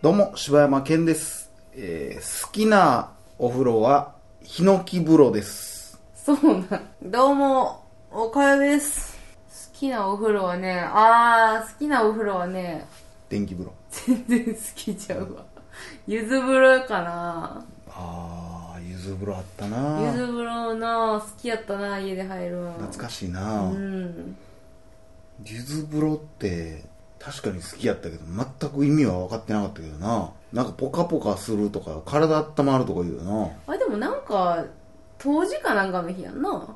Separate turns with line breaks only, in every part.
どうも、柴山健です。えー好きなお風呂は、ヒノキ風呂です。
そうなん。どうも、おかよです。好きなお風呂はね、あー、好きなお風呂はね、
電気風呂。
全然好きちゃうわ。ゆず風呂かな
あー、ゆず風呂あった
ゆず
な
風呂な好きやったな家で入るの。
懐かしいな
うん。
ゆず風呂って、確かに好きやったけど、全く意味は分かってなかったけどななんかポカポカするとか、体温まるとか言うよな
あ、でもなんか、当時かなんかの日やんな。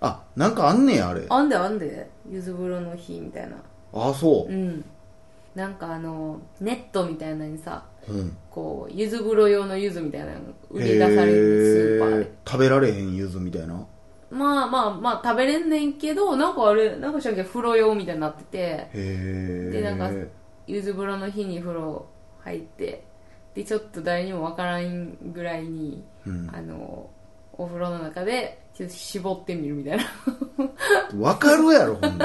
あ、なんかあんねや、あれ。
あんであんで、ゆず風呂の日みたいな。
あ、そう
う。ん。なんかあの、ネットみたいなのにさ、
うん。
こう、ゆず風呂用のゆずみたいなの売り出されるスーパーで
へ。ー食べられへんゆずみたいな。
まあまあまあ食べれんねんけど、なんかあれ、なんかしらんけど風呂用みたいになってて、
へえ。
でなんかゆず風呂の日に風呂入って、で、ちょっと誰にもわからんぐらいに、
うん
あの、お風呂の中で、ちょっと絞ってみるみたいな。
わかるやろ、ほんで。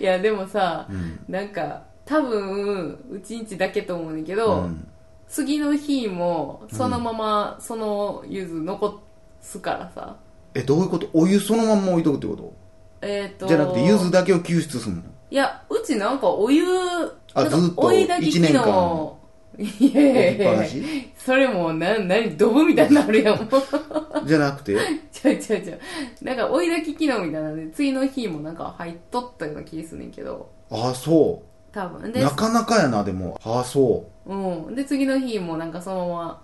いや、でもさ
う、ん。
なんか、多分、うちんちだけと思うんだけど、
ん
次の日も、そのまま、そのゆず残すからさ。
え、どういうことお湯そのまんま置いとくってこ
えっ、と。
とじゃなくて、ゆずだけを救出するの
いや、うちなんかお湯、
あ
なんか
ずっと
お湯だけ
一年間
昨日いやいやいや
置きっぱな
それもう、な、なに、ドブみたいになるやん、もう。
じゃなくて、
ちゃうちゃうちゃう。なんか、お湯だけ昨日みたいなんで、次の日もなんか入っとったような気すんねんけど、
ああ、そ
多分。
う。
で
な、かなかやな、でも。ああ、そ
うん。で、次の日もなんかそのまま、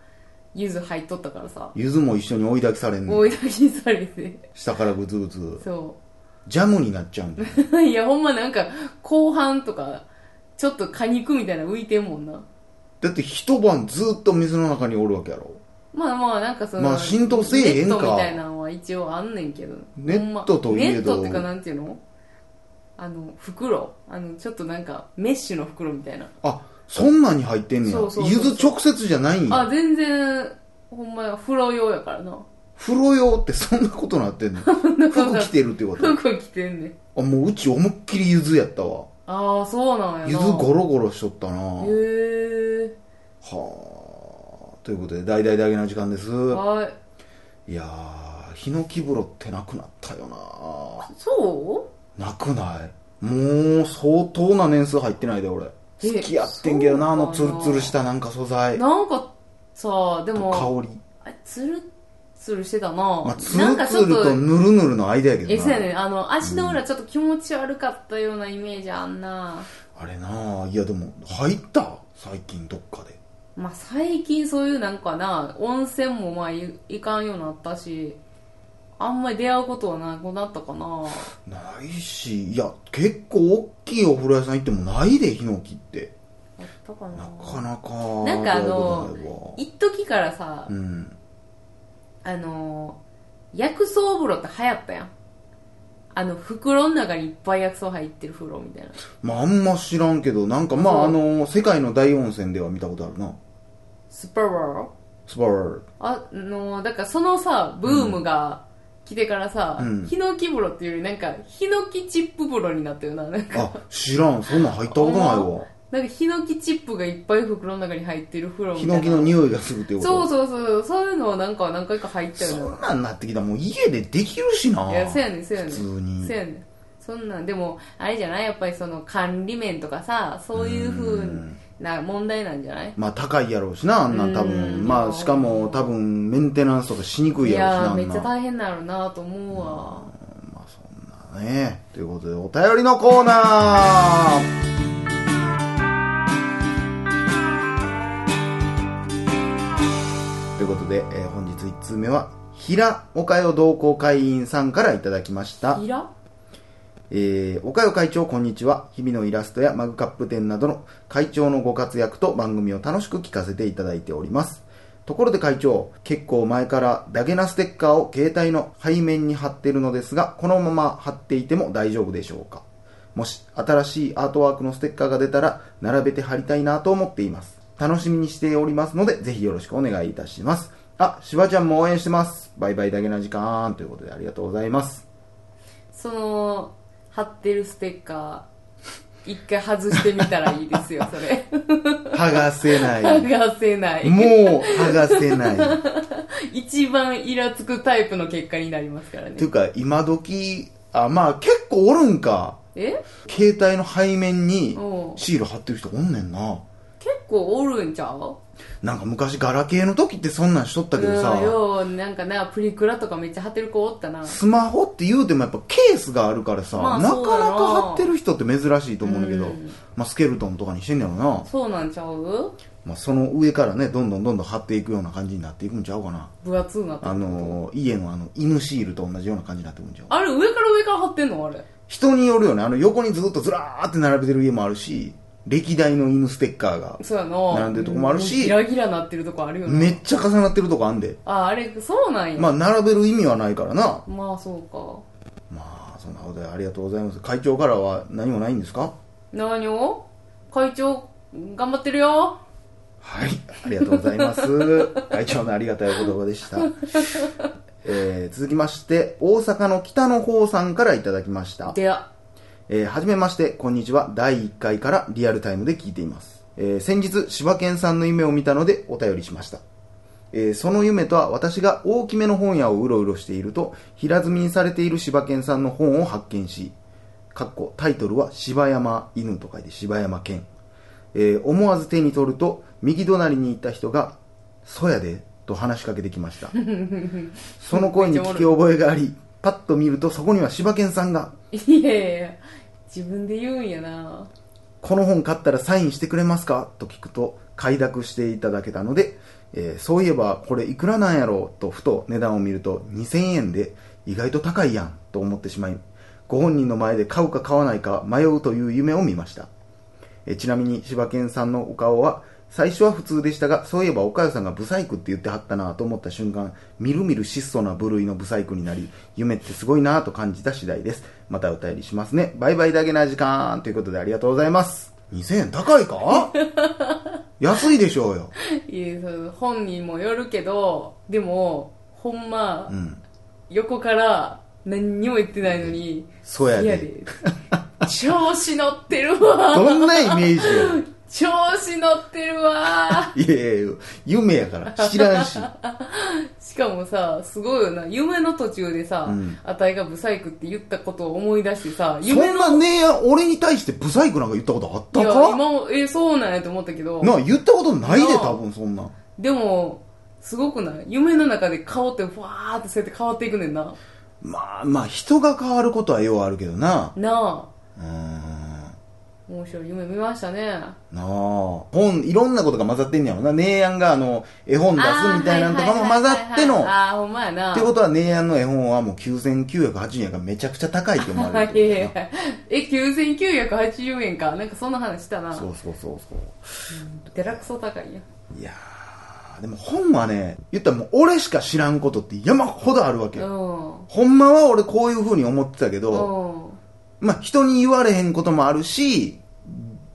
ゆず入っとったからさ、
う。ゆずも一緒に追い出きされん
お
の。
湯だけにされて、
下からぐずぐず。
そ
ジャムになっちゃうんだ。
う。 いや、ほんまなんか、後半とか、ちょっと果肉みたいなの浮いてんもんな。
だって一晩ずっと水の中におるわけやろ。
まあまあなんかその、
まあ浸透せえへんか
ネットみたいなのは一応あんねんけど
ネットといえど
ほんまネットってかなんていうのあの袋あのちょっとなんかメッシュの袋みたいな
あ、そんなに入ってんねや
そう。そうそう
ゆ
そう
ず直接じゃないん
あ
や。
全然ほんまや風呂用やからな
風呂用ってそんなことなってん の服着てるってこと
服着てんねん
あ、もううち思いっきりゆずやったわ。
ああそうなんやな
ゆずゴロゴロしとったな。
へえ
はあということで大々だけの時間です
はい
いやーヒノキ風呂ってなくなったよ
そ
ななくないもう相当な年数入ってないで俺
え
好きやってんけどなあ
そうかな
のツルツルしたなんか素材
う
と
なんかさでも
香り
あつるつるしてたな、
まあツ
なん
ル
かち
ツ
ょっ
ルとヌルヌルの間やけ
え
ど
そうや
な
ねあの足の裏ちょっと気持ち悪かったようなイメージあんな、
あれなあいやでも入った最近どっかで
まあ最近そういうなんかな温泉もまあい行かんようになったしあんまり出会うことはなくなったかな
ないしいや結構大きいお風呂屋さん行ってもないでヒノキって
あったかな
なかなか
なんかあ
出会うこ
の
とないわ
一時からさ、
うん
あの薬草風呂って流行ったやんあの袋の中にいっぱい薬草入ってる風呂みたいな
まあ、あんま知らんけど、なんかまあ、あ
そう
の、世界の大温泉では見たことあるな。
スパワー
スパー
あのだからそのさブームが来てからさ、
うん
ヒノキ風呂っていうよりなんかヒノキチップ風呂になったよななんか
あ、知らん。そんなん入ったことないわ。
なんかヒノキチップがいっぱい袋の中に入ってる風呂み
ヒ
たいな
ノキの匂いがするってこと。
そうそうそうそういうのをなんか何回か入った
そ
よ
んなんなってきたらもう家でできるしな。
ないやそうやねんそうやねん
普通に
そうやねんそんなんでもあれじゃないやっぱりその管理面とかさそういうふうな問題なんじゃない
まあ、高いやろうしな、あんなん多
う
分。
ん
まあ、しかも多分、メンテナンスとかしにく
い
いやろうしな
やー
あん
め
な。
っちゃ大変なのなと思うわ、
まあ、そんなね。ということで、お便りのコーナーということで、えー本日1通目は、平岡代同好会員さんからいただきました
い。ら
えー、岡代会長、こんにちは。日々のイラストやマグカップ展などの会長のご活躍と番組を楽しく聞かせていただいております。ところで会長、結構前からダゲなステッカーを携帯の背面に貼ってるのですが、このまま貼っていても大丈夫でしょうかもし新しいアートワークのステッカーが出たら、並べて貼りたいなと思っています。楽しみにしておりますので、ぜひよろしくお願いいたします。あ、しばちゃんも応援してます。バイバイダゲな時間ということでありがとうございます。
その貼ってるステッカー一回外してみたらいいですよ、それ。
剥がせない。
剥がせない。
もう剥がせ ない。
一番イラつくタイプの結果になりますからね
て。いうか、今時、あ、まあ結構おるんか。
え
携帯の背面に
おう
シール貼ってる人おんねんな。
結構おるんちゃう
なんか昔ガラケーの時ってそんなんしとったけど
うん、
さ、
よう、なんかな、プリクラとかめっちゃ貼ってる子おったな。
スマホって言うてもやっぱケースがあるからさ、
まあ
なか
そう
な
だな
か貼ってる人って珍しいと思うんだけど、
うん
まあスケルトンとかにしてんねやろな。
そうなんちゃう
まあその上からね、どんどんどんどん貼っていくような感じになっていくんちゃうかな。
分厚くなってる
あのー家のあの、犬シールと同じような感じになってくるんちゃう
あれ、上から上から貼ってんのあれ。
人によるよね。あの、横にずっとずらーって並べてる家もあるし、歴代の犬ステッカーが、
そうやな。
並んでるとこもあるし
ギラギラなってるとこあるよな。
めっちゃ重なってるとこあんで。
あ、あれ、そうなんや。
まあ、並べる意味はないからな。
まあ、そうか。
まあ、そんなことでありがとうございます。会長からは何もないんですか
何を会長、頑張ってるよ。
はい、ありがとうございます。会長のありがたいお言葉でした。えー、続きまして、大阪の北の方さんからいただきました。
でや。
えーはじめまして、こんにちは。第1回からリアルタイムで聞いています。えー先日、柴犬さんの夢を見たのでお便りしました。えーその夢とは私が大きめの本屋をうろうろしていると、平積みにされている柴犬さんの本を発見し、かっこタイトルは柴山犬と書いて柴山犬。えー思わず手に取ると、右隣にいた人が、そやで、と話しかけてきました。その声に聞き覚えがあり、パッと見るとそこには柴犬さんが、
いやいや自分で言うんやな。
この本買ったらサインしてくれますかと聞くと快諾していただけたので、えーそういえばこれいくらなんやろうとふと値段を見ると2000円で意外と高いやんと思ってしまいご本人の前で買うか買わないか迷うという夢を見ました、えーちなみに柴犬さんのお顔は最初は普通でしたがそういえばおかよさんがブサイクって言ってはったなと思った瞬間みるみる質素な部類のブサイクになり夢ってすごいなと感じた次第ですまたお便りしますねバイバイだけな時間ということでありがとうございます2000円高い か安いでしょうよ、
いや、そう本人もよるけど、でも、ほんま、
うん、
横から何にも言ってないのに、
そうやで
い調子乗ってるわ。
どんなイメージよ
調子乗ってるわ。
いやいや夢やから知らんし
しかもさ、すごいよな。夢の途中でさ、
うん
あたいがブサイクって言ったことを思い出してさ、
そん
夢の、
なね俺に対してブサイクなんか言ったことあった
いや、
か
今も、え、そうなんやと思ったけど、
なあ言ったことないで
なあ
多分そんなん
でも、すごくない夢の中で顔ってふわーってそうやって変わっていくねんな。
まあまあ人が変わることはようあるけどな
な
うーん
あ、面白い夢見ましたね。
なあ本いろんなことが混ざってんねやろな姉やんがあの絵本出すみたいなのとかも混ざってのっ
あーはいはいはいはいあー、ほんまやな。
てことは姉やんの絵本はもう9980円がめちゃくちゃ高いって 思われるっ
い
て
や
こと
い
や
やえ、9980円か。なんかそんな話したな
な。そうそうそうそう
デラックソ高いや。
いやーでも本はね言ったらもう俺しか知らんことって山ほどあるわけ
う
よ、
ん。
ほんまは俺こういう風に思ってたけど、
うん。
まあ、人に言われへんこともあるし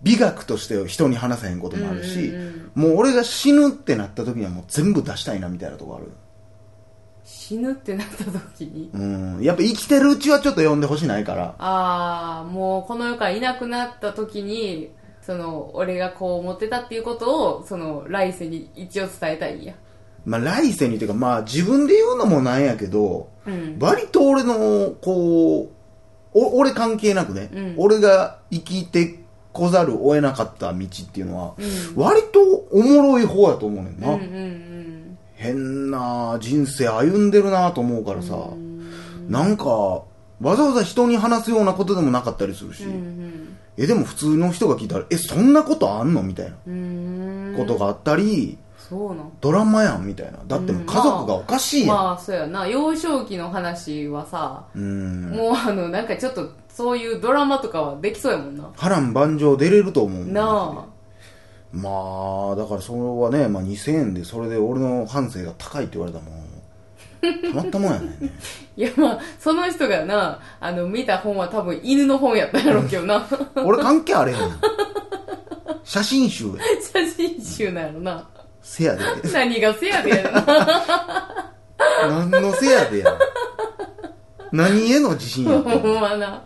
美学として人に話せへんこともあるし、
うんうん
もう俺が死ぬってなった時にはもう全部出したいなみたいなとこある
死ぬってなった時に。
うんやっぱ生きてるうちはちょっと呼んでほしないから
ああ、もうこの世からいなくなった時に、その、俺がこう思ってたっていうことを、その、来世に一応伝えたいんや。
まあ来世にというかまあ自分で言うのもなんやけど
うん。
割と俺のこうお俺関係なくね、
うん
俺が生きてこざるを得なかった道っていうのは、
うん
割とおもろい方やと思うねん
うん
な、
うんうん。
変な人生歩んでるなと思うからさ、なんかわざわざ人に話すようなことでもなかったりするし、
うん
えでも普通の人が聞いたら「えそんなことあんの?」みたいな
うん。うん。
ことがあったり、
そうなん。
ドラマやんみたいなだってもう家族がおかしいやん、
まあ、そうやな。幼少期の話はさ、
うん
もうあの、なんかちょっと、そういうドラマとかはできそうやもんな。
波乱万丈出れると思う
なあ。
まあだからそれはね、まあ、2000円でそれで俺の半生が高いって言われたらもんたまったもんや ねんね
いや、まあ、その人がな、あの、見た本は多分犬の本やったやろうけど な。
俺関係あれへん写真集や
写真集なんやろな。
せやで
何がせやでや ろな。
何のせやでや何への自信やった
ほんまな。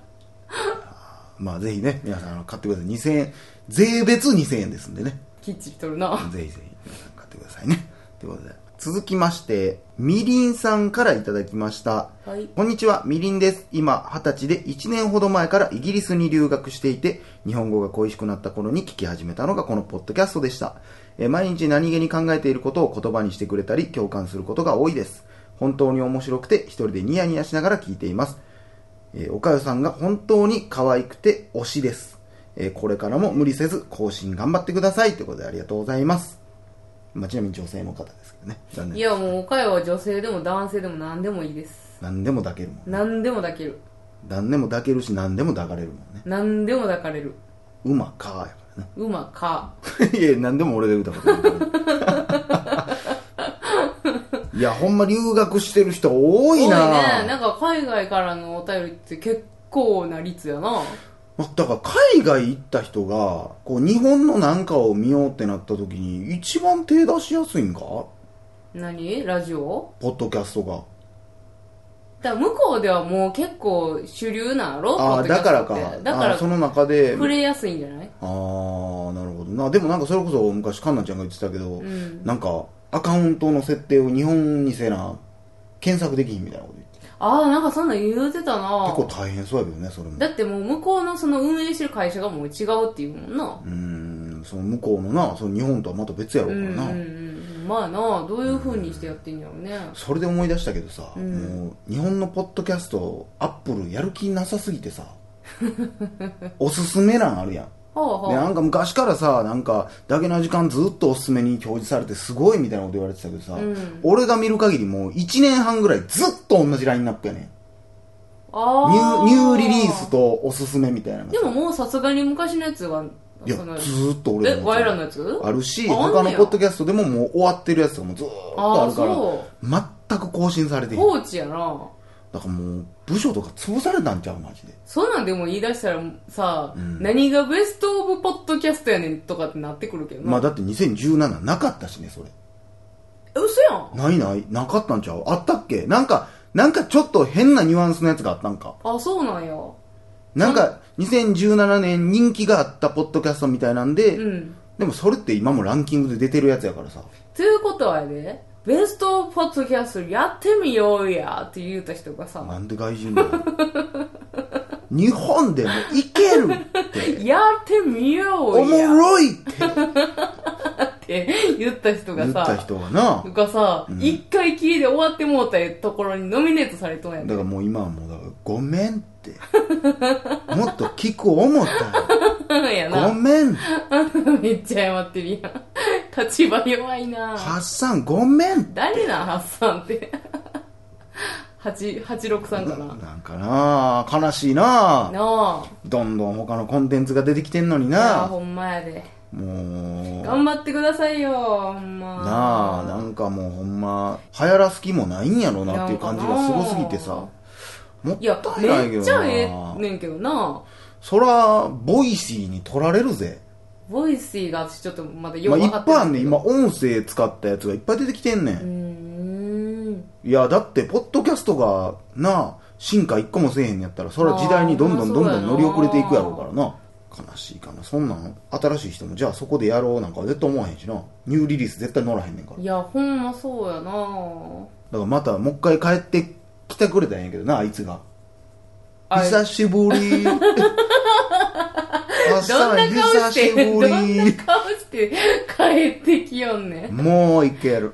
まあぜひね、皆さんあの買ってください。2000円、税別2000円ですんでね。
きっちりとるな。
ぜひぜひ皆さん買ってくださいね。ということで。続きまして、みりんさんからいただきました。
はい。
こんにちは、みりんです。今、二十歳で1年ほど前からイギリスに留学していて、日本語が恋しくなった頃に聞き始めたのがこのポッドキャストでした。えー毎日何気に考えていることを言葉にしてくれたり、共感することが多いです。本当に面白くて、一人でニヤニヤしながら聞いています。えーおかよさんが本当に可愛くて推しです。えーこれからも無理せず更新頑張ってください。ということでありがとうございます。まあ、ちなみに女性の方ですけどね。残
い
念。
や、もう、おかよは女性でも男性でも何でもいいです。
何でも抱けるもん。
何でも抱ける。
何でも抱けるし、何でも抱かれるもんね。
何でも抱かれる。
馬かやから
馬か。
な いや何でも俺が言うたこと ないいやほんま留学してる人多いな
ね。なんか海外からのお便りって結構な率やな。
だから海外行った人がこう日本のなんかを見ようってなった時に一番手出しやすいんかポ
何ラジオ
ッドキャストが
だから向こうではもう結構主流なんやろ
あ
ポ
あ
ッドキャ
だ
ス
か
ト
ら
って
か
だから
あーその中で
触れやすいんじゃない
ああなるほどなでもなんかそれこそ昔カンナちゃんが言ってたけど、
うん
なんかアカウントの設定を日本にせな検索できひんみたいなこと言って
ああなんかそんなん言うてたな
結構大変そうやけどねそれも
だってもう向こうのその運営してる会社がもう違うっていうもんな
うーんその向こうのなその日本とはまた別やろ
う
うんから
うん
な、
うんまあなどういう風にしてやってんやろうね
それで思い出したけどさ、
うん
もう日本のポッドキャストアップルやる気なさすぎてさ おすすめ欄あるやん
はあ
で
は
なんか昔からさなんかだけな時間ずっとおすすめに表示されてすごいみたいなこと言われてたけどさ、
うん
俺が見る限りもう1年半ぐらいずっと同じラインナップやねん
あ
ニュ
あ
ーニューリリースとおすすめみたいなのが
でももうさすがに昔のやつはい
や
その
ずーっと俺
え
の
我らのやつ
あるし
ああんねや
他のポッドキャストでももう終わってるやつがもうずーっとあ
ああ
るから
そ
全く更新されて
う
いない
放置やな
だからもう部署とか潰されたんちゃうマジで
そんなんでも言い出したらさ、
うん
何がベストオブポッドキャストやねんとかってなってくるけどな。
まあだって2017なかったしねそれ
え嘘やん。
ないないなかったんちゃうあったっけなんかなんかちょっと変なニュアンスのやつがあったんか
あ、そうなんや。
なんか2017年人気があったポッドキャストみたいなんで、
うん。
でもそれって今もランキングで出てるやつやからさ
ということはやで、ベストオブポッドキャストやってみようやって言うた人がさ、
なんで外人だよ日本でもいける って
やってみよ
お
う
も
や
ろい って
って言った人が
言った
さ、
人がな
がさ
う、ん
一、回聞いて終わってもうたところにノミネートされとんや
だ
で。
からもう今はもうだからごめんって もっと聞く思ったよ
や
ご
な。
めん
めっちゃ謝ってるやん。立場弱いな。
発散ごめん
誰なん、ハッサンって。 八、八六三かな。な
なんかなあ悲しいなあ
あ。
どんどん他のコンテンツが出てきてんのに
いやあ、
な
ほんまやで。
もうな
頑張ってくださいよ、ほんま。
あなんかもうほんま流行らす気もないんやろなっていう感じがすごすぎてさもっ
いや、
たいないけ
め
ど
っちゃ
な
ええねんけどな。
そらボイシーに取られるぜ
ボイシーが私ちょっとまだよ
まあ、
く
いっ
分かって
ぱいあんね
ない
今音声使ったやつがいっぱい出てきてんねん
うーん。
いや、だって、ポッドキャストが、なあ、進化一個もせえへんやったら、それは時代にどんどんどんどん乗り遅れていくやろうからな。悲しいかな。そんなん、新しい人も、じゃあそこでやろうなんかは絶対思わへんしな。ニューリリース絶対乗らへんねんから。
いや、ほんまそうやな。
だからまた、もう一回帰ってきてくれたんやけどな、あいつが。
あ
久しぶ り。どん
どんな顔
久
し、
して
ど
ぶ
んな
り。
顔して帰ってきよんねん。
もういける。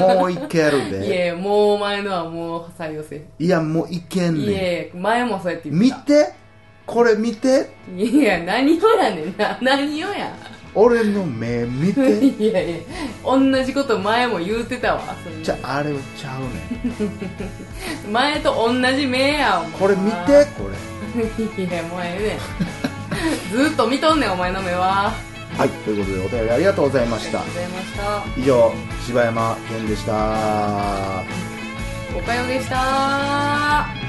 もういける
い
で。
や、もう前のはもう採用せえへん
いや、もういけん
い
ねん。
やいや、前もそうやって
見
言った。
てこれ見て
いやいや、何をやねんな。 何をや。
俺の目見
い
て
やいや、同じこと前も言うてたわ。そんな
じゃああれはちゃうね ん
前と同じ目や、お前。
これ見てこれ
いや、もうええねん。ずっと見とんねん、お前の目は。
はいということでお便りありがとうございま
あ
し
りが
た
とうございました。
以上柴山健でした
おかよでした。